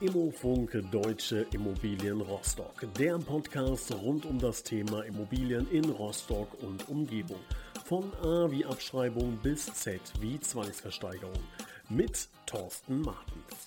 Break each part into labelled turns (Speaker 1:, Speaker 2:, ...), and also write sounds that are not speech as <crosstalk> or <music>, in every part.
Speaker 1: Immofunk Deutsche Immobilien Rostock, der Podcast rund um das Thema Immobilien in Rostock und Umgebung. Von A wie Abschreibung bis Z wie Zwangsversteigerung. Mit Thorsten Martens.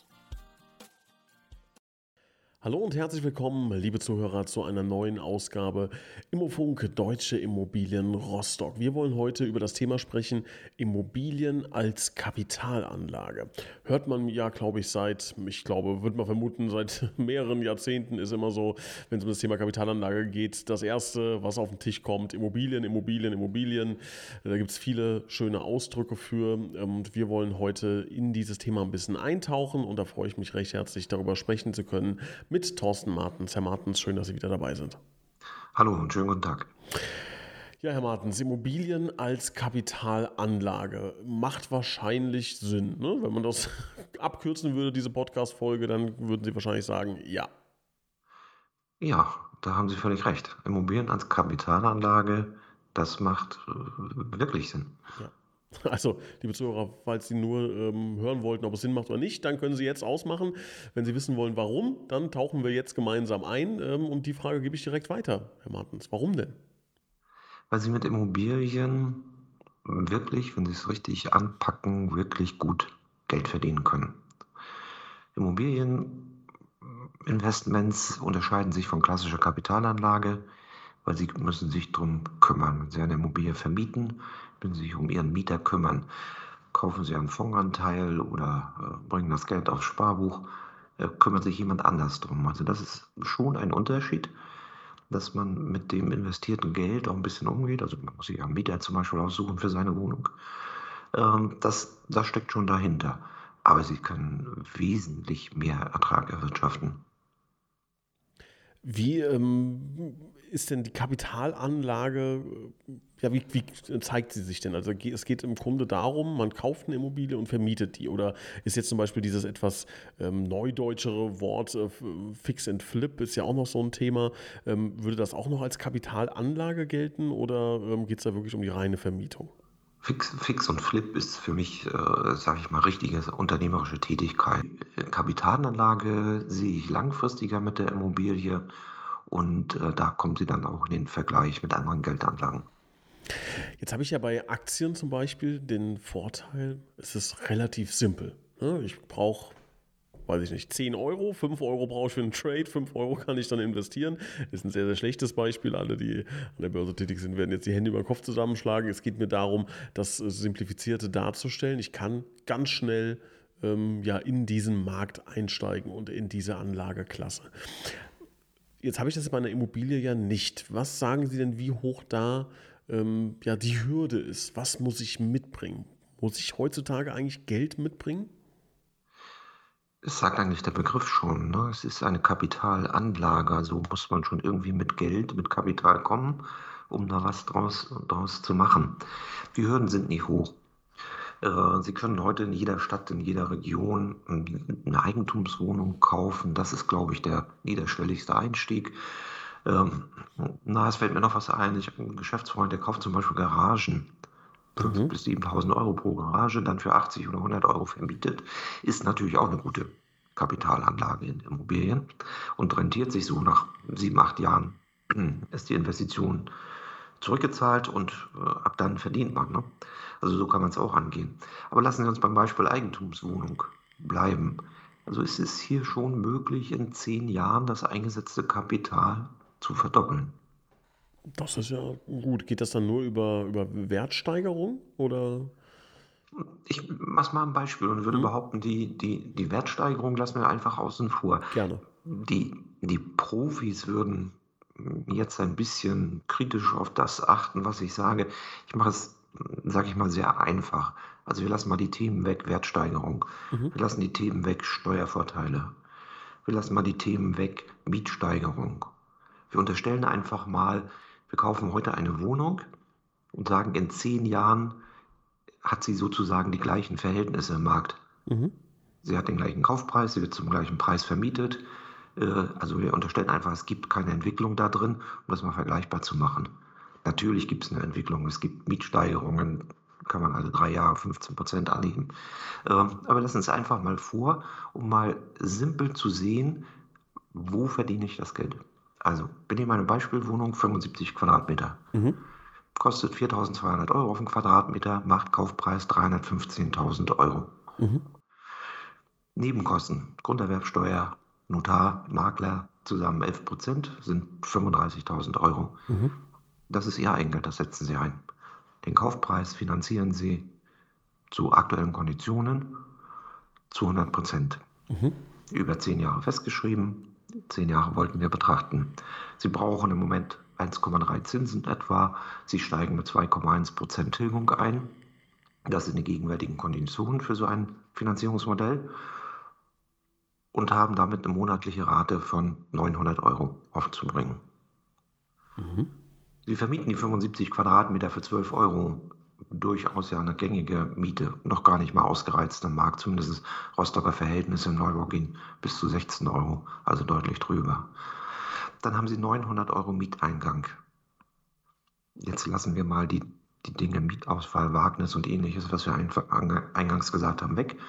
Speaker 1: Hallo und herzlich willkommen, liebe Zuhörer, zu einer neuen Ausgabe Immofunk Deutsche Immobilien Rostock. Wir wollen heute über das Thema sprechen, Immobilien als Kapitalanlage. Hört man ja, glaube ich, seit, ich glaube, würde man vermuten, seit <laughs> mehreren Jahrzehnten ist immer so, wenn es um das Thema Kapitalanlage geht, das Erste, was auf den Tisch kommt, Immobilien, Immobilien, Immobilien. Da gibt es viele schöne Ausdrücke für ähm, und wir wollen heute in dieses Thema ein bisschen eintauchen und da freue ich mich recht herzlich, darüber sprechen zu können mit Thorsten Martens. Herr Martens, schön, dass Sie wieder dabei sind.
Speaker 2: Hallo und schönen guten Tag.
Speaker 1: Ja, Herr Martens, Immobilien als Kapitalanlage macht wahrscheinlich Sinn. Ne? Wenn man das <laughs> abkürzen würde, diese Podcast-Folge, dann würden Sie wahrscheinlich sagen, ja.
Speaker 2: Ja, da haben Sie völlig recht. Immobilien als Kapitalanlage, das macht äh, wirklich Sinn. Ja.
Speaker 1: <laughs> Also, liebe Zuhörer, falls Sie nur ähm, hören wollten, ob es Sinn macht oder nicht, dann können Sie jetzt ausmachen. Wenn Sie wissen wollen, warum, dann tauchen wir jetzt gemeinsam ein. Ähm, und die Frage gebe ich direkt weiter, Herr Martens. Warum denn?
Speaker 2: Weil Sie mit Immobilien wirklich, wenn Sie es richtig anpacken, wirklich gut Geld verdienen können. Immobilieninvestments unterscheiden sich von klassischer Kapitalanlage, weil Sie müssen sich darum kümmern. Wenn Sie eine Immobilie vermieten, wenn sie sich um ihren Mieter kümmern. Kaufen sie einen Fondsanteil oder äh, bringen das Geld aufs Sparbuch, äh, kümmert sich jemand anders drum. Also das ist schon ein Unterschied, dass man mit dem investierten Geld auch ein bisschen umgeht. Also man muss sich einen Mieter zum Beispiel aussuchen für seine Wohnung. Ähm, das, das steckt schon dahinter. Aber sie können wesentlich mehr Ertrag erwirtschaften.
Speaker 1: Wie ähm, ist denn die Kapitalanlage, ja, wie, wie, zeigt sie sich denn? Also es geht im Grunde darum, man kauft eine Immobilie und vermietet die. Oder ist jetzt zum Beispiel dieses etwas ähm, neudeutschere Wort äh, Fix and Flip, ist ja auch noch so ein Thema. Ähm, würde das auch noch als Kapitalanlage gelten oder geht es da wirklich um die reine Vermietung?
Speaker 2: Fix, Fix und Flip ist für mich, äh, sage ich mal, richtige unternehmerische Tätigkeit. Kapitalanlage sehe ich langfristiger mit der Immobilie und äh, da kommt sie dann auch in den Vergleich mit anderen Geldanlagen.
Speaker 1: Jetzt habe ich ja bei Aktien zum Beispiel den Vorteil, es ist relativ simpel. ne? Ich brauche weiß ich nicht, 10 Euro, 5 Euro brauche ich für einen Trade, 5 Euro kann ich dann investieren. Ist ein sehr, sehr schlechtes Beispiel. Alle, die an der Börse tätig sind, werden jetzt die Hände über den Kopf zusammenschlagen. Es geht mir darum, das äh, Simplifizierte darzustellen. Ich kann ganz schnell ähm, ja, in diesen Markt einsteigen und in diese Anlageklasse. Jetzt habe ich das bei einer Immobilie ja nicht. Was sagen Sie denn, wie hoch da ähm, ja, die Hürde ist? Was muss ich mitbringen? Muss ich heutzutage eigentlich Geld mitbringen?
Speaker 2: Es sagt eigentlich der Begriff schon, ne? es ist eine Kapitalanlage, also muss man schon irgendwie mit Geld, mit Kapital kommen, um da was draus, draus zu machen. Die Hürden sind nicht hoch. Äh, Sie können heute in jeder Stadt, in jeder Region eine Eigentumswohnung kaufen. Das ist, glaube ich, der niederschwelligste Einstieg. Ähm, na, es fällt mir noch was ein. Ich habe einen Geschäftsfreund, der kauft zum Beispiel Garagen. 5.000 mhm. bis 7.000 Euro pro Garage dann für 80 oder 100 Euro vermietet, ist natürlich auch eine gute Kapitalanlage in Immobilien und rentiert sich so nach sieben, acht Jahren, <clears throat> ist die Investition zurückgezahlt und äh, ab dann verdient man. Ne? Also so kann man es auch angehen. Aber lassen Sie uns beim Beispiel Eigentumswohnung bleiben. Also ist es hier schon möglich, in zehn Jahren das eingesetzte Kapital zu verdoppeln.
Speaker 1: Das ist ja gut. Geht das dann nur über, über Wertsteigerung oder?
Speaker 2: Ich mache mal ein Beispiel und würde mhm. behaupten, die, die, die Wertsteigerung lassen wir einfach außen vor.
Speaker 1: Gerne.
Speaker 2: Die, die Profis würden jetzt ein bisschen kritisch auf das achten, was ich sage. Ich mache es, sage ich mal, sehr einfach. Also wir lassen mal die Themen weg, Wertsteigerung. Mhm. Wir lassen die Themen weg, Steuervorteile. Wir lassen mal die Themen weg, Mietsteigerung. Wir unterstellen einfach mal, wir kaufen heute eine Wohnung und sagen, in zehn Jahren hat sie sozusagen die gleichen Verhältnisse im Markt. Mhm. Sie hat den gleichen Kaufpreis, sie wird zum gleichen Preis vermietet. Also wir unterstellen einfach, es gibt keine Entwicklung da drin, um das mal vergleichbar zu machen. Natürlich gibt es eine Entwicklung, es gibt Mietsteigerungen, kann man alle drei Jahre 15 Prozent anheben. Ähm, aber lass uns einfach mal vor, um mal simpel zu sehen, wo verdiene ich das Geld. Also, bin ich meine Beispielwohnung 75 Quadratmeter.
Speaker 1: Mhm.
Speaker 2: Kostet 4.200 Euro auf den Quadratmeter, macht Kaufpreis 315.000 Euro.
Speaker 1: Mhm.
Speaker 2: Nebenkosten, Grunderwerbsteuer, Notar, Makler, zusammen 11 Prozent sind 35.000 Euro.
Speaker 1: Mhm.
Speaker 2: Das ist Ihr Eigengeld, das setzen Sie ein. Den Kaufpreis finanzieren Sie zu aktuellen Konditionen zu 100 Prozent.
Speaker 1: Mhm.
Speaker 2: Über zehn Jahre festgeschrieben. Zehn Jahre wollten wir betrachten. Sie brauchen im Moment 1,3 Zinsen etwa. Sie steigen mit 2,1 Prozent Tilgung ein. Das sind die gegenwärtigen Konditionen für so ein Finanzierungsmodell und haben damit eine monatliche Rate von 900 Euro aufzubringen.
Speaker 1: Mhm.
Speaker 2: Sie vermieten die 75 Quadratmeter für 12 Euro. Durchaus ja eine gängige Miete. Noch gar nicht mal ausgereizt im Markt. Zumindest Rostocker Verhältnisse in Neuburg gehen bis zu 16 Euro. Also deutlich drüber. Dann haben Sie 900 Euro Mieteingang. Jetzt lassen wir mal die, die Dinge Mietausfall, Wagnis und ähnliches, was wir einf- ange- eingangs gesagt haben, weg.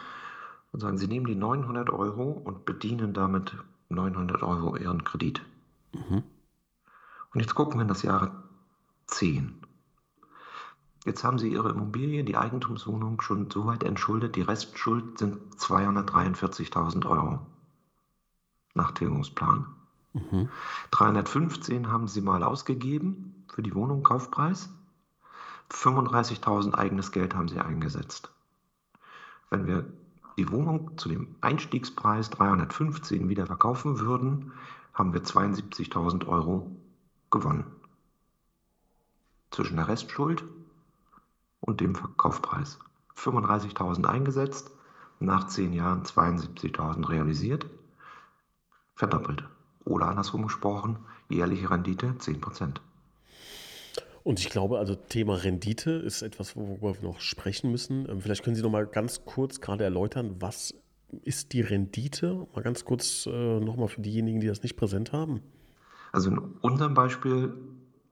Speaker 2: Und sagen, Sie nehmen die 900 Euro und bedienen damit 900 Euro Ihren Kredit.
Speaker 1: Mhm.
Speaker 2: Und jetzt gucken wir in das Jahre 10. Jetzt haben Sie Ihre Immobilie, die Eigentumswohnung schon so weit entschuldet, die Restschuld sind 243.000 Euro nach Tilgungsplan.
Speaker 1: Mhm.
Speaker 2: 315 haben Sie mal ausgegeben für die Wohnung, Kaufpreis. 35.000 eigenes Geld haben Sie eingesetzt. Wenn wir die Wohnung zu dem Einstiegspreis 315 wieder verkaufen würden, haben wir 72.000 Euro gewonnen. Zwischen der Restschuld und dem Verkaufspreis. 35.000 eingesetzt, nach 10 Jahren 72.000 realisiert, verdoppelt. Oder andersrum gesprochen, jährliche Rendite 10%.
Speaker 1: Und ich glaube, also Thema Rendite ist etwas, worüber wir noch sprechen müssen. Ähm, Vielleicht können Sie noch mal ganz kurz gerade erläutern, was ist die Rendite? Mal ganz kurz äh, nochmal für diejenigen, die das nicht präsent haben.
Speaker 2: Also in unserem Beispiel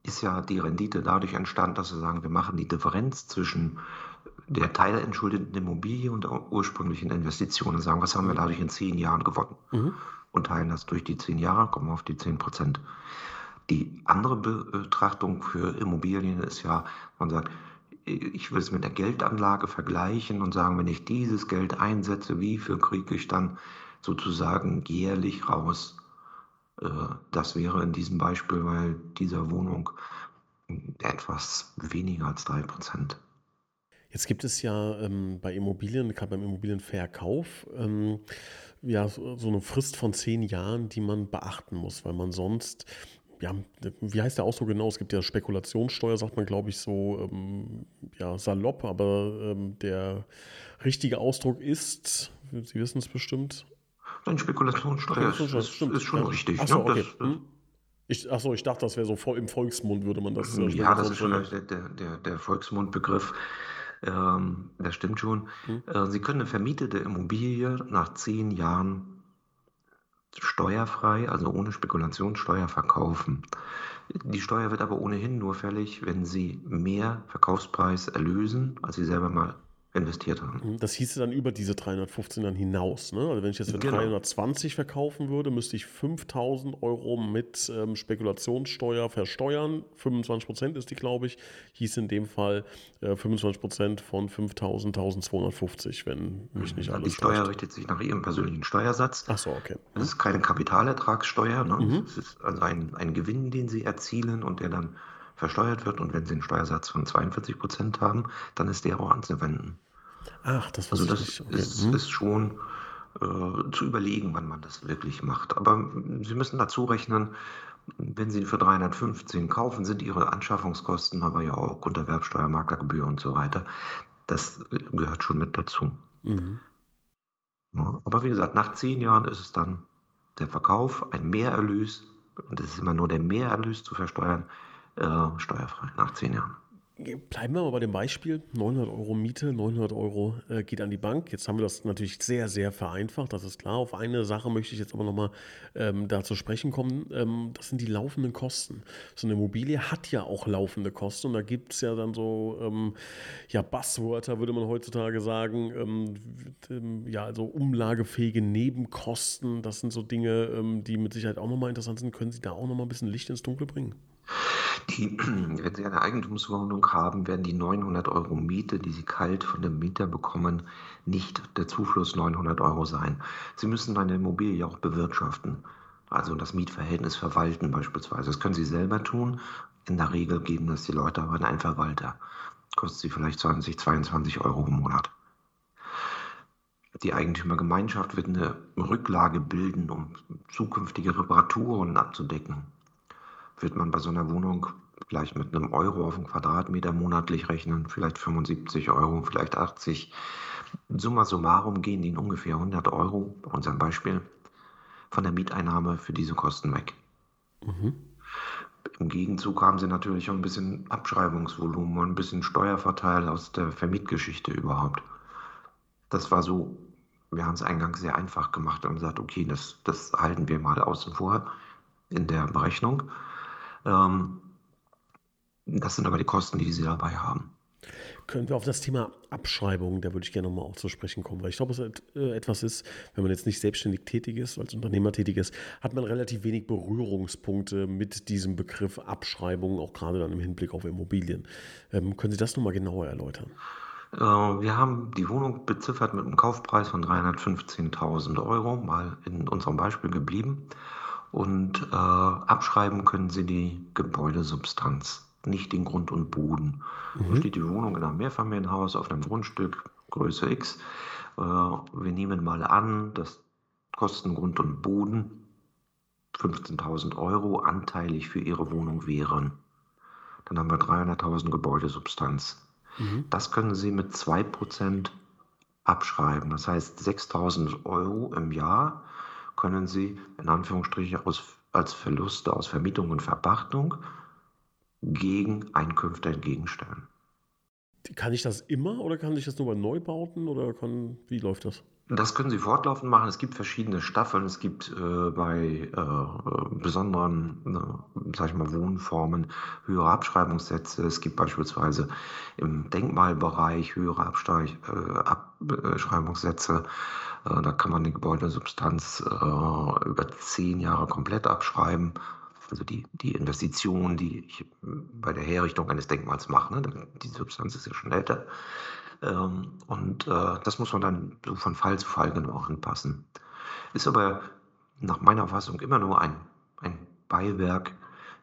Speaker 2: ist ja die Rendite dadurch entstanden, dass wir sagen, wir machen die Differenz zwischen der teilentschuldeten Immobilie und der ursprünglichen Investition und sagen, was haben wir dadurch in zehn Jahren gewonnen
Speaker 1: Mhm.
Speaker 2: und teilen das durch die zehn Jahre, kommen auf die 10 Prozent. Die andere Betrachtung für Immobilien ist ja, man sagt, ich will es mit der Geldanlage vergleichen und sagen, wenn ich dieses Geld einsetze, wie viel kriege ich dann sozusagen jährlich raus? Äh, Das wäre in diesem Beispiel bei dieser Wohnung etwas weniger als 3%.
Speaker 1: Jetzt gibt es ja ähm, bei Immobilien, gerade beim Immobilienverkauf, ähm, ja, so, so eine Frist von zehn Jahren, die man beachten muss, weil man sonst, ja, wie heißt der Ausdruck genau? Es gibt ja Spekulationssteuer, sagt man, glaube ich, so ähm, ja, salopp, aber ähm, der richtige Ausdruck ist, Sie wissen es bestimmt,
Speaker 2: Eine Spekulationssteuer ist, ist,
Speaker 1: Stimmt,
Speaker 2: ist schon
Speaker 1: ja.
Speaker 2: richtig.
Speaker 1: Ach so,
Speaker 2: ne?
Speaker 1: okay.
Speaker 2: das,
Speaker 1: Hm? Ich, ach so, ich dachte, das wäre so voll im Volksmund, würde man das. äh,
Speaker 2: Hm, Ja, das ist schon
Speaker 1: Spekulationssteuer-
Speaker 2: der, der, der, der Volksmundbegriff. Ähm, das stimmt schon.
Speaker 1: Hm.
Speaker 2: Äh, Sie können eine vermietete Immobilie nach zehn Jahren steuerfrei, also ohne Spekulationssteuer verkaufen. Die Steuer wird aber ohnehin nur fällig, wenn Sie mehr Verkaufspreis erlösen, als Sie selber mal investiert haben.
Speaker 1: Mhm, Das hieße dann über diese 315 dann hinaus. Ne? Also wenn ich jetzt für
Speaker 2: Genau.
Speaker 1: 320 verkaufen würde, müsste ich 5000 Euro mit ähm, Spekulationssteuer versteuern. 25 Prozent ist die, glaube ich. Hieß in dem Fall äh, 25 Prozent von 5000, 1250, wenn mich Hm, nicht
Speaker 2: Mhm. Die
Speaker 1: alles
Speaker 2: Steuer Mhm.
Speaker 1: täuscht.
Speaker 2: richtet sich nach Ihrem persönlichen Steuersatz.
Speaker 1: Ach so, okay.
Speaker 2: Das ist keine Kapitalertragssteuer, ne?
Speaker 1: Mhm.
Speaker 2: Es ist also ein, ein Gewinn, den Sie erzielen und der dann versteuert wird. Und wenn Sie einen Steuersatz von 42 Prozent haben, dann ist der auch anzuwenden.
Speaker 1: Ach, das
Speaker 2: Also
Speaker 1: wusste ich
Speaker 2: das
Speaker 1: nicht. Okay.
Speaker 2: ist,
Speaker 1: Mhm.
Speaker 2: ist schon äh, zu überlegen, wann man das wirklich macht. Aber mm, Sie müssen dazu rechnen, wenn Sie ihn für 315 kaufen, sind Ihre Anschaffungskosten, aber ja auch Grunderwerbsteuer, Maklergebühr und so weiter. Das äh, gehört schon mit dazu.
Speaker 1: Mhm.
Speaker 2: Ja, Ne? aber wie gesagt, nach zehn Jahren ist es dann der Verkauf, ein Mehrerlös, und es ist immer nur der Mehrerlös zu versteuern, äh, steuerfrei nach zehn Jahren.
Speaker 1: Bleiben wir mal bei dem Beispiel. 900 Euro Miete, 900 Euro äh, geht an die Bank. Jetzt haben wir das natürlich sehr, sehr vereinfacht, das ist klar. Auf eine Sache möchte ich jetzt aber nochmal ähm, da zu sprechen kommen. Ähm, das sind die laufenden Kosten. So eine Immobilie hat ja auch laufende Kosten und da gibt es ja dann so, ähm, ja, Buzzwörter würde man heutzutage sagen. Ähm, ja, also umlagefähige Nebenkosten, das sind so Dinge, ähm, die mit Sicherheit auch nochmal interessant sind. Können Sie da auch nochmal ein bisschen Licht ins Dunkle bringen?
Speaker 2: Die, <clears throat> wenn Sie eine Eigentumswohnung haben, werden die 900 Euro Miete, die Sie kalt von dem Mieter bekommen, nicht der Zufluss 900 Euro sein. Sie müssen eine Immobilie auch bewirtschaften, also das Mietverhältnis verwalten beispielsweise. Das können Sie selber tun. In der Regel geben das die Leute aber an einen Verwalter. Kostet Sie vielleicht 20, 22 Euro im Monat. Die Eigentümergemeinschaft wird eine Rücklage bilden, um zukünftige Reparaturen abzudecken wird man bei so einer Wohnung gleich mit einem Euro auf den Quadratmeter monatlich rechnen, vielleicht 75 Euro, vielleicht 80. Summa summarum gehen Ihnen ungefähr 100 Euro, bei unserem Beispiel, von der Mieteinnahme für diese Kosten weg. Mhm. Im Gegenzug haben Sie natürlich auch ein bisschen Abschreibungsvolumen und ein bisschen Steuerverteil aus der Vermietgeschichte überhaupt. Das war so, wir haben es eingangs sehr einfach gemacht und gesagt, okay, das, das halten wir mal außen vor in der Berechnung Ähm, das sind aber die Kosten, die Sie dabei haben.
Speaker 1: Können wir auf das Thema Abschreibung, da würde ich gerne nochmal auch zu sprechen kommen, weil ich glaube, es äh, etwas ist, wenn man jetzt nicht selbstständig tätig ist, als Unternehmer tätig ist, hat man relativ wenig Berührungspunkte mit diesem Begriff Abschreibung, auch gerade dann im Hinblick auf Immobilien. Ähm, können Sie das nochmal genauer erläutern?
Speaker 2: Äh, Wir haben die Wohnung beziffert mit einem Kaufpreis von 315.000 Euro, mal in unserem Beispiel geblieben und äh, abschreiben können Sie die Gebäudesubstanz, nicht den Grund und Boden. Mhm. Da steht die Wohnung in einem Mehrfamilienhaus auf einem Grundstück, Größe X. Äh, wir nehmen mal an, das Kosten Grund und Boden 15.000 Euro anteilig für Ihre Wohnung wären. Dann haben wir 300.000 Gebäudesubstanz. Mhm. Das können Sie mit 2% abschreiben. Das heißt 6.000 Euro im Jahr können sie in Anführungsstrichen aus, als Verluste aus Vermietung und Verpachtung gegen Einkünfte entgegenstellen.
Speaker 1: Kann ich das immer oder kann ich das nur bei Neubauten oder kann, wie läuft das?
Speaker 2: Das können Sie fortlaufend machen. Es gibt verschiedene Staffeln. Es gibt äh, bei äh, besonderen äh, sag ich mal, Wohnformen höhere Abschreibungssätze. Es gibt beispielsweise im Denkmalbereich höhere Absteig, äh, Abschreibungssätze. Äh, da kann man die Gebäudesubstanz äh, über zehn Jahre komplett abschreiben. Also die, die Investition, die ich bei der Herrichtung eines Denkmals mache, ne? die Substanz ist ja schon älter und äh, das muss man dann so von Fall zu Fall genau anpassen. Ist aber nach meiner Fassung immer nur ein, ein Beiwerk.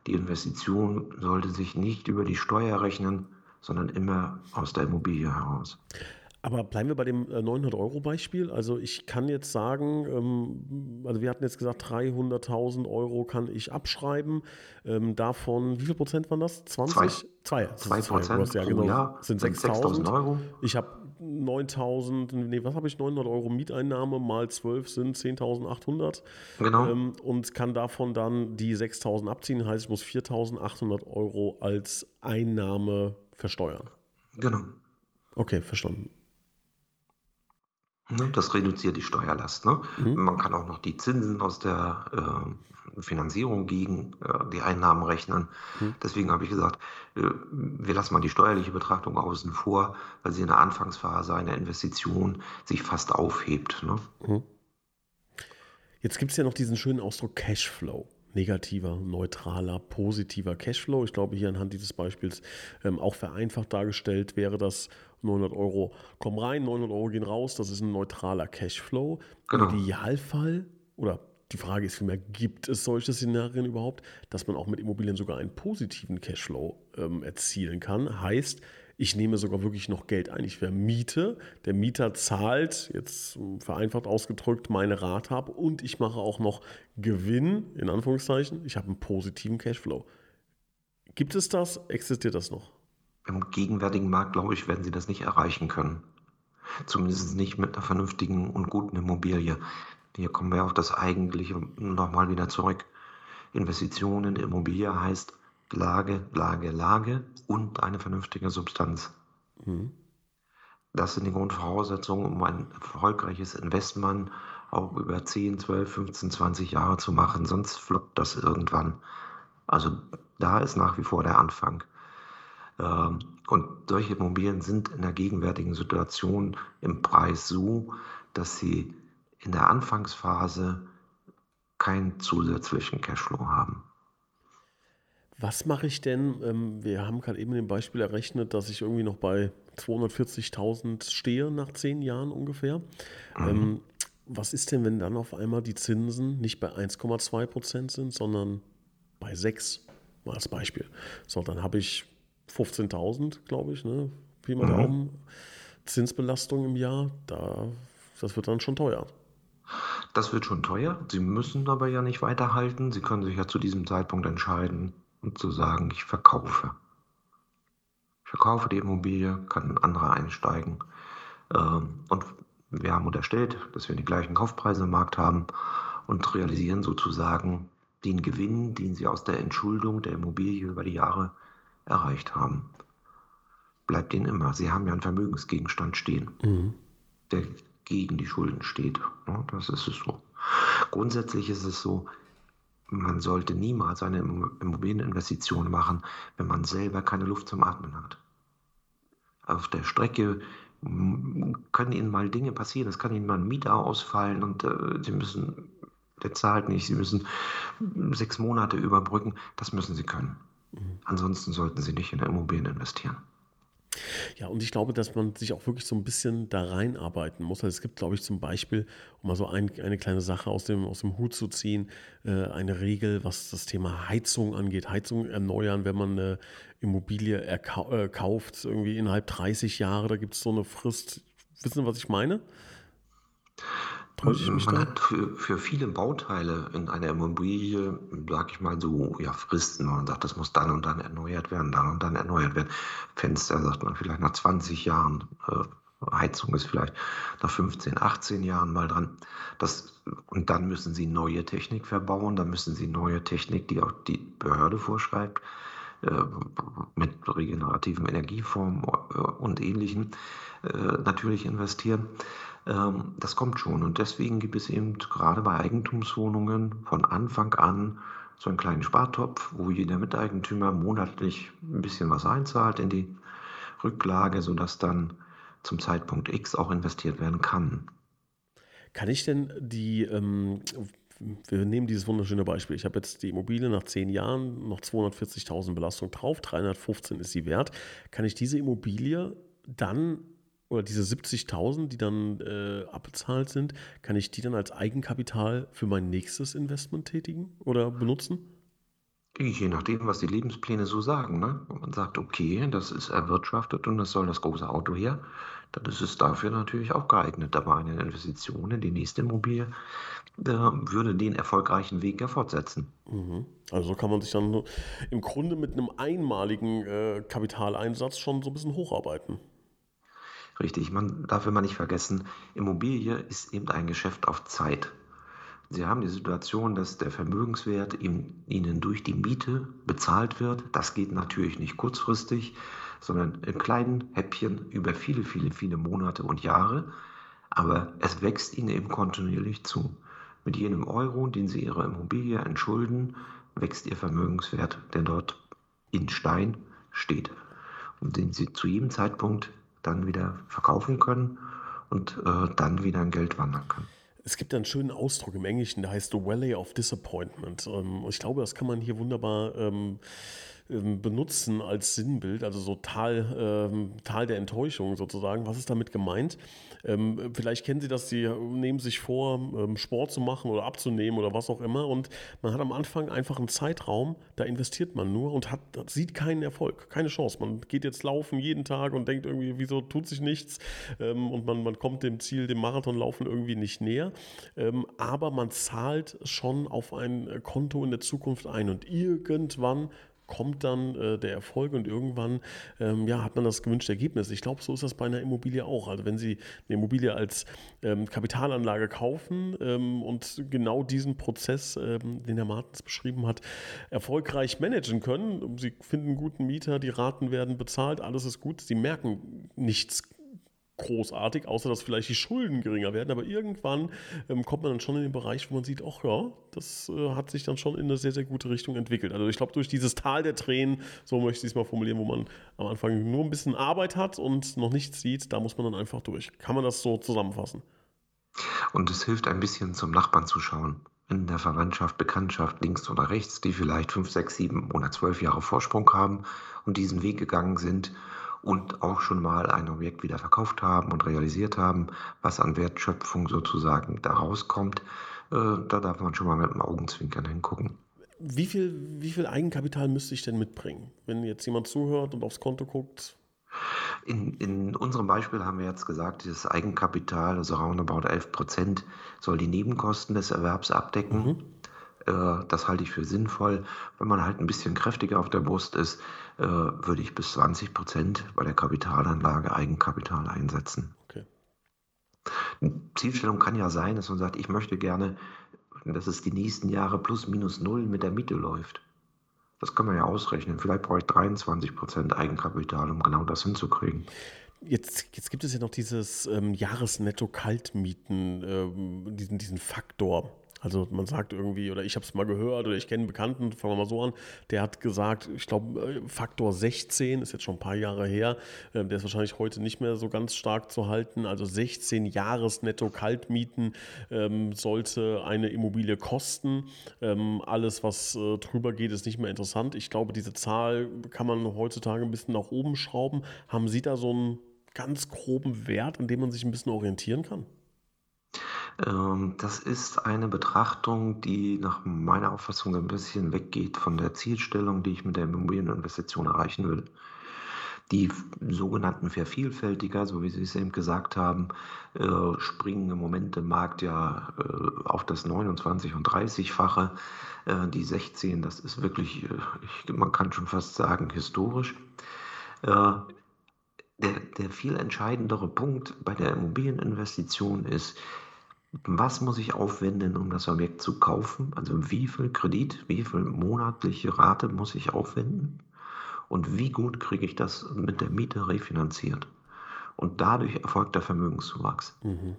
Speaker 2: Die Investition sollte sich nicht über die Steuer rechnen, sondern immer aus der Immobilie heraus.
Speaker 1: Aber bleiben wir bei dem 900-Euro-Beispiel. Also ich kann jetzt sagen, also wir hatten jetzt gesagt, 300.000 Euro kann ich abschreiben. Ähm, davon, wie viel Prozent waren das? 20?
Speaker 2: Zwei. Zwei, zwei Prozent.
Speaker 1: Ja, genau. Jahr sind
Speaker 2: 6.000 Euro.
Speaker 1: Ich habe 9.000, nee, was habe ich? 900 Euro Mieteinnahme mal 12 sind 10.800. Ähm,
Speaker 2: Genau.
Speaker 1: und kann davon dann die 6.000 abziehen. Heißt, ich muss 4.800 Euro als Einnahme versteuern.
Speaker 2: Genau.
Speaker 1: Okay, verstanden.
Speaker 2: Ne, Das reduziert die Steuerlast. Ne? Mhm. Man kann auch noch die Zinsen aus der äh, Finanzierung gegen äh, die Einnahmen rechnen. Mhm. Deswegen habe ich gesagt, äh, wir lassen mal die steuerliche Betrachtung außen vor, weil sie in der Anfangsphase einer Investition sich fast aufhebt. Ne? Mhm.
Speaker 1: Jetzt gibt es ja noch diesen schönen Ausdruck Cashflow negativer, neutraler, positiver Cashflow. Ich glaube, hier anhand dieses Beispiels ähm, auch vereinfacht dargestellt wäre das 900 Euro kommen rein, 900 Euro gehen raus. Das ist ein neutraler Cashflow. Genau. Im Idealfall oder die Frage ist vielmehr, gibt es solche Szenarien überhaupt, dass man auch mit Immobilien sogar einen positiven Cashflow ähm, erzielen kann? Heißt, ich nehme sogar wirklich noch Geld ein. Ich vermiete, der Mieter zahlt, jetzt ähm, vereinfacht ausgedrückt, meine Rate ab und ich mache auch noch Gewinn, in Anführungszeichen. Ich habe einen positiven Cashflow. Gibt es das? Existiert das noch?
Speaker 2: Im gegenwärtigen Markt, glaube ich, werden Sie das nicht erreichen können. Zumindest nicht mit einer vernünftigen und guten Immobilie. Hier kommen wir auf das Eigentliche nochmal wieder zurück. Investitionen in Immobilie heißt Lage, Lage, Lage und eine vernünftige Substanz.
Speaker 1: Mhm.
Speaker 2: Das sind die Grundvoraussetzungen, um ein erfolgreiches Investment auch über 10, 12, 15, 20 Jahre zu machen. Sonst floppt das irgendwann. Also da ist nach wie vor der Anfang. Ähm, Und solche Immobilien sind in der gegenwärtigen Situation im Preis so, dass sie in der Anfangsphase keinen zusätzlichen Cashflow haben.
Speaker 1: Was mache ich denn? Ähm, wir haben gerade eben in dem Beispiel errechnet, dass ich irgendwie noch bei 240.000 stehe nach zehn Jahren ungefähr. Ähm, was ist denn, wenn dann auf einmal die Zinsen nicht bei 1,2 Prozent sind, sondern bei 6 mal als Beispiel? So, dann habe ich 15.000, glaube ich, ne? Wie mal Daumen. Zinsbelastung im Jahr, da, das wird dann schon teuer.
Speaker 2: Das wird schon teuer. Sie müssen aber ja nicht weiterhalten. Sie können sich ja zu diesem Zeitpunkt entscheiden und zu sagen, ich verkaufe. Ich verkaufe die Immobilie, kann ein anderer einsteigen. Ähm, Und wir haben unterstellt, dass wir die gleichen Kaufpreise im Markt haben und realisieren sozusagen den Gewinn, den Sie aus der Entschuldung der Immobilie über die Jahre erreicht haben. Bleibt Ihnen immer. Sie haben ja einen Vermögensgegenstand stehen der gegen die Schulden steht. Ne, Das ist es so. Grundsätzlich ist es so, man sollte niemals eine Imm- Immobilieninvestition machen, wenn man selber keine Luft zum Atmen hat. Auf der Strecke mm, können Ihnen mal Dinge passieren, es kann Ihnen mal ein Mieter ausfallen und äh, Sie müssen, der zahlt nicht, Sie müssen mm, sechs Monate überbrücken, das müssen Sie können. Ansonsten sollten Sie nicht in Immobilien investieren.
Speaker 1: Ja, und ich glaube, dass man sich auch wirklich so ein bisschen da reinarbeiten muss. Also es gibt, glaube ich, zum Beispiel, um mal so ein, eine kleine Sache aus dem, aus dem Hut zu ziehen, äh, eine Regel, was das Thema Heizung angeht. Heizung erneuern, wenn man eine Immobilie erkau äh, kauft, irgendwie innerhalb 30 Jahre, da gibt es so eine Frist. Wissen Sie, was ich meine? Täusche ich mich
Speaker 2: Man
Speaker 1: da?
Speaker 2: hat für, für viele Bauteile in einer Immobilie, sag ich mal so, ja, Fristen. Man sagt, das muss dann und dann erneuert werden, dann und dann erneuert werden. Fenster sagt man vielleicht nach 20 Jahren, äh, Heizung ist vielleicht nach 15, 18 Jahren mal dran. Das, und dann müssen sie neue Technik verbauen, dann müssen sie neue Technik, die auch die Behörde vorschreibt, äh, mit regenerativen Energieformen äh, und ähnlichem äh, natürlich investieren. Ähm, Das kommt schon und deswegen gibt es eben gerade bei Eigentumswohnungen von Anfang an so einen kleinen Spartopf, wo jeder Miteigentümer monatlich ein bisschen was einzahlt in die Rücklage, sodass dann zum Zeitpunkt X auch investiert werden kann.
Speaker 1: Kann ich denn die, ähm, wir nehmen dieses wunderschöne Beispiel. Ich habe jetzt die Immobilie nach zehn Jahren noch 240.000 Belastung drauf, 315 ist sie wert. Kann ich diese Immobilie dann oder diese 70.000, die dann äh, abbezahlt sind, kann ich die dann als Eigenkapital für mein nächstes Investment tätigen oder benutzen?
Speaker 2: Je nachdem, was die Lebenspläne so sagen. Ne? Und man sagt, okay, das ist erwirtschaftet und das soll das große Auto her. Dann ist es dafür natürlich auch geeignet. Aber eine Investition in die nächste Immobilie äh, würde den erfolgreichen Weg ja fortsetzen.
Speaker 1: Mhm. Also so kann man sich dann im Grunde mit einem einmaligen äh, Kapitaleinsatz schon so ein bisschen hocharbeiten.
Speaker 2: Richtig, man darf immer nicht vergessen, Immobilie ist eben ein Geschäft auf Zeit. Sie haben die Situation, dass der Vermögenswert ihm- Ihnen durch die Miete bezahlt wird. Das geht natürlich nicht kurzfristig, sondern in kleinen Häppchen über viele, viele, viele Monate und Jahre. Aber es wächst Ihnen eben kontinuierlich zu. Mit jedem Euro, den Sie Ihrer Immobilie entschulden, wächst Ihr Vermögenswert, der dort in Stein steht und den Sie zu jedem Zeitpunkt dann wieder verkaufen können und äh, dann wieder in Geld wandern können.
Speaker 1: Es gibt einen schönen Ausdruck im Englischen, der heißt The Valley of Disappointment. Ähm, Ich glaube, das kann man hier wunderbar ähm, ähm, benutzen als Sinnbild, also so Tal, ähm, Tal der Enttäuschung sozusagen. Was ist damit gemeint? Ähm, vielleicht kennen Sie das, Sie nehmen sich vor, ähm, Sport zu machen oder abzunehmen oder was auch immer. Und man hat am Anfang einfach einen Zeitraum, da investiert man nur und hat, sieht keinen Erfolg, keine Chance. Man geht jetzt laufen jeden Tag und denkt irgendwie, wieso tut sich nichts? Ähm, und man, man kommt dem Ziel, dem Marathonlaufen irgendwie nicht näher. Ähm, aber man zahlt schon auf ein Konto in der Zukunft ein und irgendwann kommt dann äh, der Erfolg und irgendwann ähm, ja, hat man das gewünschte Ergebnis. Ich glaube, so ist das bei einer Immobilie auch. Also wenn Sie eine Immobilie als ähm, Kapitalanlage kaufen ähm, und genau diesen Prozess, ähm, den Herr Martens beschrieben hat, erfolgreich managen können, Sie finden einen guten Mieter, die Raten werden bezahlt, alles ist gut, Sie merken nichts großartig, außer dass vielleicht die Schulden geringer werden. Aber irgendwann ähm, kommt man dann schon in den Bereich, wo man sieht, ach ja, das äh, hat sich dann schon in eine sehr, sehr gute Richtung entwickelt. Also ich glaube, durch dieses Tal der Tränen, so möchte ich es mal formulieren, wo man am Anfang nur ein bisschen Arbeit hat und noch nichts sieht, da muss man dann einfach durch. Kann man das so zusammenfassen?
Speaker 2: Und es hilft ein bisschen zum Nachbarn zu schauen. In der Verwandtschaft, Bekanntschaft, links oder rechts, die vielleicht fünf, sechs, sieben oder zwölf Jahre Vorsprung haben und diesen Weg gegangen sind und auch schon mal ein Objekt wieder verkauft haben und realisiert haben, was an Wertschöpfung sozusagen daraus kommt, äh, da darf man schon mal mit dem Augenzwinkern hingucken.
Speaker 1: Wie viel, wie viel Eigenkapital müsste ich denn mitbringen, wenn jetzt jemand zuhört und aufs Konto guckt?
Speaker 2: In, in unserem Beispiel haben wir jetzt gesagt, dieses Eigenkapital, also roundabout 11 Prozent, soll die Nebenkosten des Erwerbs abdecken. Mhm das halte ich für sinnvoll. Wenn man halt ein bisschen kräftiger auf der Brust ist, äh, würde ich bis 20 Prozent bei der Kapitalanlage Eigenkapital einsetzen. Okay. Zielstellung kann ja sein, dass man sagt, ich möchte gerne, dass es die nächsten Jahre plus minus null mit der Miete läuft. Das kann man ja ausrechnen. Vielleicht brauche ich 23 Prozent Eigenkapital, um genau das hinzukriegen.
Speaker 1: Jetzt, jetzt gibt es ja noch dieses ähm, Jahresnetto-Kaltmieten, ähm, diesen, diesen Faktor. Also man sagt irgendwie, oder ich habe es mal gehört, oder ich kenne einen Bekannten, fangen wir mal so an, der hat gesagt, ich glaube, Faktor 16 ist jetzt schon ein paar Jahre her, ähm, der ist wahrscheinlich heute nicht mehr so ganz stark zu halten. Also 16 Jahres netto Kaltmieten ähm, sollte eine Immobilie kosten. Ähm, alles, was äh, drüber geht, ist nicht mehr interessant. Ich glaube, diese Zahl kann man heutzutage ein bisschen nach oben schrauben. Haben Sie da so einen ganz groben Wert, an dem man sich ein bisschen orientieren kann?
Speaker 2: Ähm, Das ist eine Betrachtung, die nach meiner Auffassung ein bisschen weggeht von der Zielstellung, die ich mit der Immobilieninvestition erreichen will. Die sogenannten Vervielfältiger, so wie Sie es eben gesagt haben, äh, springen im Moment im Markt ja äh, auf das 29- und 30-fache. Die 16, das ist wirklich, äh, man kann schon fast sagen, historisch. Äh, Der, der viel entscheidendere Punkt bei der Immobilieninvestition ist, was muss ich aufwenden, um das Objekt zu kaufen? Also wie viel Kredit, wie viel monatliche Rate muss ich aufwenden? Und wie gut kriege ich das mit der Miete refinanziert? Und dadurch erfolgt der Vermögenszuwachs. Mhm.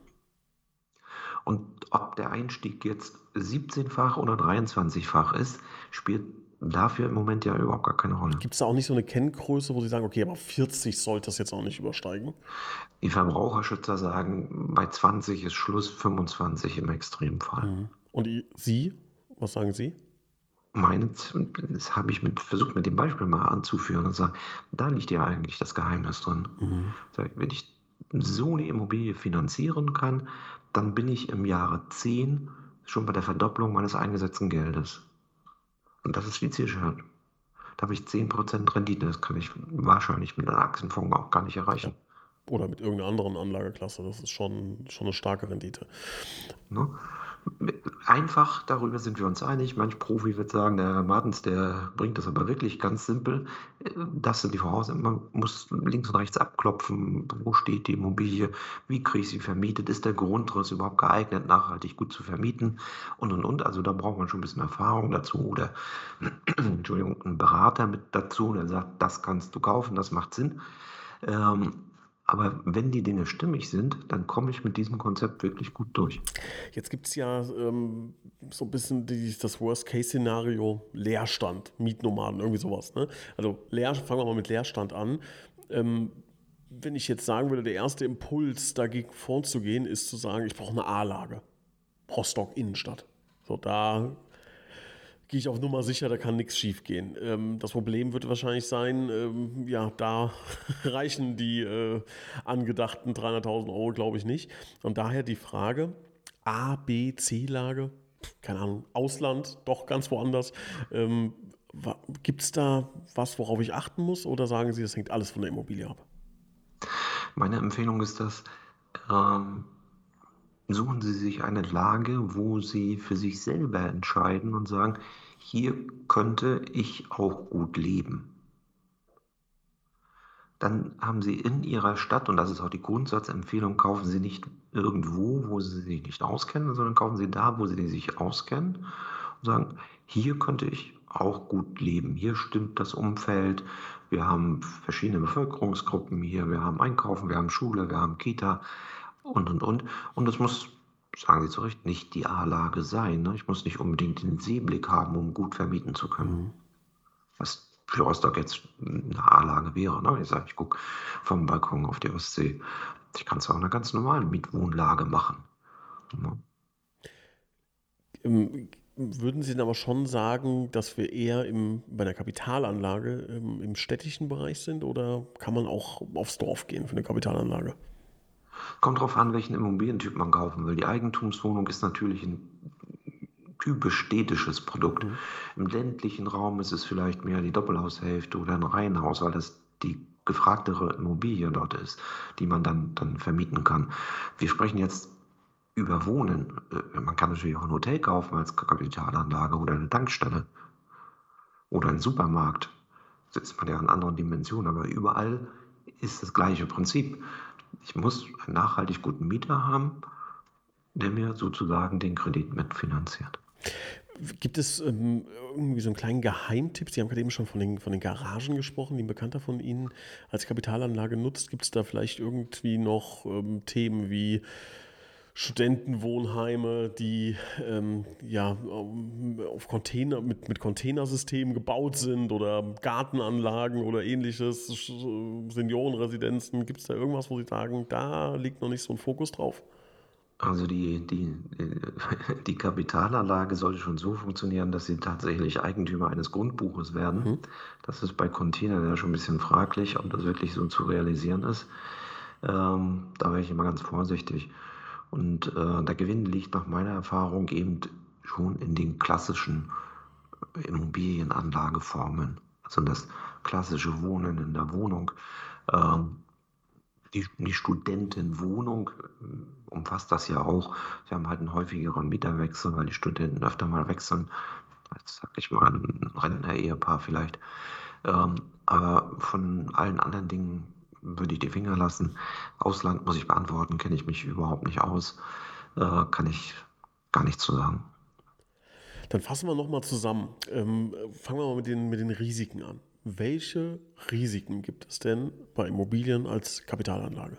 Speaker 2: Und ob der Einstieg jetzt 17-fach oder 23-fach ist, spielt dafür im Moment ja überhaupt gar keine Rolle.
Speaker 1: Gibt es da auch nicht so eine Kenngröße, wo Sie sagen, okay, aber 40 sollte das jetzt auch nicht übersteigen?
Speaker 2: Die Verbraucherschützer sagen, bei 20 ist Schluss, 25 im Extremfall. Mhm.
Speaker 1: Und Sie, was sagen Sie?
Speaker 2: Meine, das habe ich mit, versucht mit dem Beispiel mal anzuführen und sagen, da liegt ja eigentlich das Geheimnis drin. Mhm. Wenn ich so eine Immobilie finanzieren kann, dann bin ich im Jahre 10 schon bei der Verdopplung meines eingesetzten Geldes. Und das ist die Zielstellung. Da habe ich 10% Rendite. Das kann ich wahrscheinlich mit einem Aktienfonds auch gar nicht erreichen.
Speaker 1: Ja. Oder mit irgendeiner anderen Anlageklasse. Das ist schon, schon eine starke Rendite.
Speaker 2: Ne? Einfach, darüber sind wir uns einig. Manch Profi wird sagen, der Herr Martens, der bringt das aber wirklich ganz simpel. Das sind die Voraussetzungen. Man muss links und rechts abklopfen. Wo steht die Immobilie? Wie kriege ich sie vermietet? Ist der Grundriss überhaupt geeignet, nachhaltig gut zu vermieten? Und, und, und. Also da braucht man schon ein bisschen Erfahrung dazu oder, <clears throat> Entschuldigung, einen Berater mit dazu, der sagt, das kannst du kaufen, das macht Sinn. Ähm, aber wenn die Dinge stimmig sind, dann komme ich mit diesem Konzept wirklich gut durch.
Speaker 1: Jetzt gibt es ja ähm, so ein bisschen die, das Worst-Case-Szenario Leerstand, Mietnomaden, irgendwie sowas. Ne? Also leer, fangen wir mal mit Leerstand an. Ähm, wenn ich jetzt sagen würde, der erste Impuls dagegen vorzugehen, ist zu sagen, ich brauche eine A-Lage. Rostock Innenstadt. So, da gehe ich auf Nummer sicher, da kann nichts schiefgehen. Ähm, das Problem wird wahrscheinlich sein, ähm, ja, da <laughs> reichen die äh, angedachten 300.000 Euro, glaube ich, nicht. Und daher die Frage, A, B, C-Lage, keine Ahnung, Ausland, doch ganz woanders. Ähm, Gibt es da was, worauf ich achten muss oder sagen Sie, das hängt alles von der Immobilie ab?
Speaker 2: Meine Empfehlung ist, dass ähm, suchen Sie sich eine Lage, wo Sie für sich selber entscheiden und sagen, hier könnte ich auch gut leben. Dann haben Sie in Ihrer Stadt, und das ist auch die Grundsatzempfehlung, kaufen Sie nicht irgendwo, wo Sie sich nicht auskennen, sondern kaufen Sie da, wo Sie sich auskennen und sagen, hier könnte ich auch gut leben. Hier stimmt das Umfeld. Wir haben verschiedene Bevölkerungsgruppen hier. Wir haben Einkaufen, wir haben Schule, wir haben Kita und, und, und. Und es muss, sagen Sie zu Recht, nicht die A-Lage sein. Ne? Ich muss nicht unbedingt den Seeblick haben, um gut vermieten zu können. Mhm. Was für Rostock jetzt eine A-Lage wäre. Ne? Ich sage, ich gucke vom Balkon auf die Ostsee. Ich kann es auch in einer ganz normalen Mietwohnlage machen. Ne?
Speaker 1: Ähm, würden Sie denn aber schon sagen, dass wir eher im, bei der Kapitalanlage ähm, im, im, städtischen Bereich sind oder kann man auch aufs Dorf gehen für eine Kapitalanlage?
Speaker 2: Kommt drauf an, welchen Immobilientyp man kaufen will. Die Eigentumswohnung ist natürlich ein typisch städtisches Produkt. Mhm. Im ländlichen Raum ist es vielleicht mehr die Doppelhaushälfte oder ein Reihenhaus, weil das die gefragtere Immobilie dort ist, die man dann, dann vermieten kann. Wir sprechen jetzt überwohnen. Man kann natürlich auch ein Hotel kaufen als Kapitalanlage oder eine Tankstelle oder einen Supermarkt. Da ist man ja in anderen Dimensionen, aber überall ist das gleiche Prinzip. Ich muss einen nachhaltig guten Mieter haben, der mir sozusagen den Kredit mitfinanziert.
Speaker 1: Gibt es ähm, irgendwie so einen kleinen Geheimtipp? Sie haben gerade eben schon von den, von den Garagen gesprochen, die ein Bekannter von Ihnen als Kapitalanlage nutzt. Gibt es da vielleicht irgendwie noch ähm, Themen wie Studentenwohnheime, die ähm, ja ähm, auf Container mit, mit Containersystemen gebaut sind oder Gartenanlagen oder ähnliches, Seniorenresidenzen. Gibt es da irgendwas, wo Sie sagen, da liegt noch nicht so ein Fokus drauf?
Speaker 2: Also die, die, äh, <laughs> die Kapitalanlage sollte schon so funktionieren, dass sie tatsächlich Eigentümer eines Grundbuches werden. Mhm. Das ist bei Containern ja schon ein bisschen fraglich, ob das wirklich so zu realisieren ist. Ähm, da wäre ich immer ganz vorsichtig. Und äh, der Gewinn liegt nach meiner Erfahrung eben schon in den klassischen Immobilienanlageformen. Also das klassische Wohnen in der Wohnung. Ähm, die, die Studentenwohnung äh, umfasst das ja auch. Sie haben halt einen häufigeren Mieterwechsel, weil die Studenten öfter mal wechseln. Jetzt sag ich mal ein Rentner-Ehepaar vielleicht. Ähm, aber von allen anderen Dingen würde ich die Finger lassen. Ausland muss ich beantworten, kenne ich mich überhaupt nicht aus, äh, kann ich gar nichts zu sagen.
Speaker 1: Dann fassen wir nochmal zusammen. Ähm, fangen wir mal mit den, mit den Risiken an. Welche Risiken gibt es denn bei Immobilien als Kapitalanlage?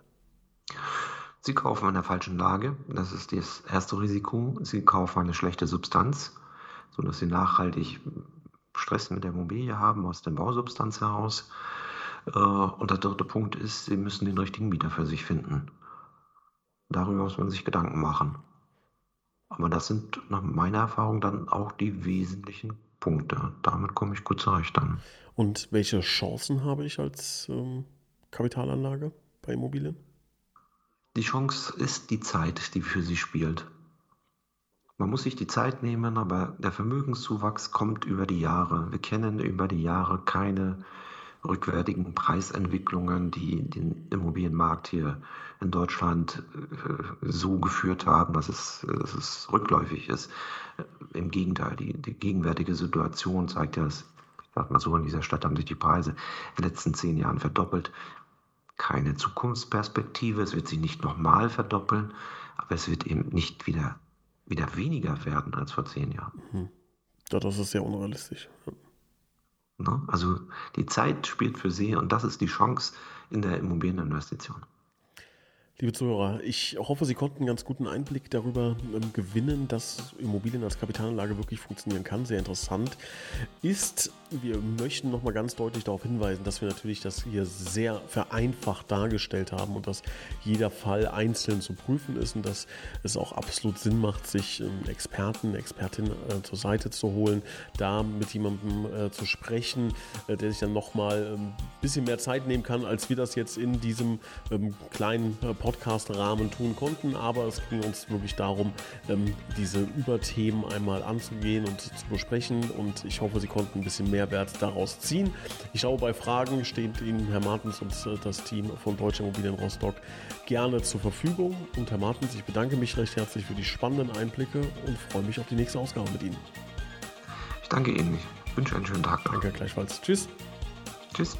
Speaker 2: Sie kaufen in der falschen Lage, das ist das erste Risiko. Sie kaufen eine schlechte Substanz, sodass Sie nachhaltig Stress mit der Immobilie haben aus der Bausubstanz heraus. Äh, Und der dritte Punkt ist, sie müssen den richtigen Mieter für sich finden. Darüber muss man sich Gedanken machen. Aber das sind nach meiner Erfahrung dann auch die wesentlichen Punkte. Damit komme ich gut zurecht dann.
Speaker 1: Und welche Chancen habe ich als ähm, Kapitalanlage bei Immobilien?
Speaker 2: Die Chance ist die Zeit, die für sie spielt. Man muss sich die Zeit nehmen, aber der Vermögenszuwachs kommt über die Jahre. Wir kennen über die Jahre keine rückwärtigen Preisentwicklungen, die den Immobilienmarkt hier in Deutschland äh, so geführt haben, dass es, dass es rückläufig ist. Im Gegenteil, die, die gegenwärtige Situation zeigt ja, dass, ich sag mal so, in dieser Stadt haben sich die Preise in den letzten zehn Jahren verdoppelt. Keine Zukunftsperspektive, es wird sich nicht nochmal verdoppeln, aber es wird eben nicht wieder, wieder weniger werden als vor zehn Jahren. Mhm.
Speaker 1: Ja, das ist sehr unrealistisch.
Speaker 2: Also die Zeit spielt für Sie und das ist die Chance in der Immobilieninvestition.
Speaker 1: Liebe Zuhörer, ich hoffe, Sie konnten einen ganz guten Einblick darüber ähm, gewinnen, dass Immobilien als Kapitalanlage wirklich funktionieren kann. Sehr interessant ist, wir möchten nochmal ganz deutlich darauf hinweisen, dass wir natürlich das hier sehr vereinfacht dargestellt haben und dass jeder Fall einzeln zu prüfen ist und dass es auch absolut Sinn macht, sich ähm, Experten, Expertinnen äh, zur Seite zu holen, da mit jemandem äh, zu sprechen, äh, der sich ähm, dann nochmal ein bisschen mehr Zeit nehmen kann, als wir das jetzt in diesem ähm, kleinen Podcast Podcast-Rahmen tun konnten, aber es ging uns wirklich darum, ähm, diese Überthemen einmal anzugehen und zu besprechen und ich hoffe, Sie konnten ein bisschen Mehrwert daraus ziehen. Ich glaube, bei Fragen steht Ihnen Herr Martens und äh, das Team von Deutsche Immobilien Rostock gerne zur Verfügung und Herr Martens, ich bedanke mich recht herzlich für die spannenden Einblicke und freue mich auf die nächste Ausgabe mit Ihnen.
Speaker 2: Ich danke Ihnen. Ich wünsche einen schönen Tag.
Speaker 1: Danke gleichfalls. Tschüss.
Speaker 2: Tschüss.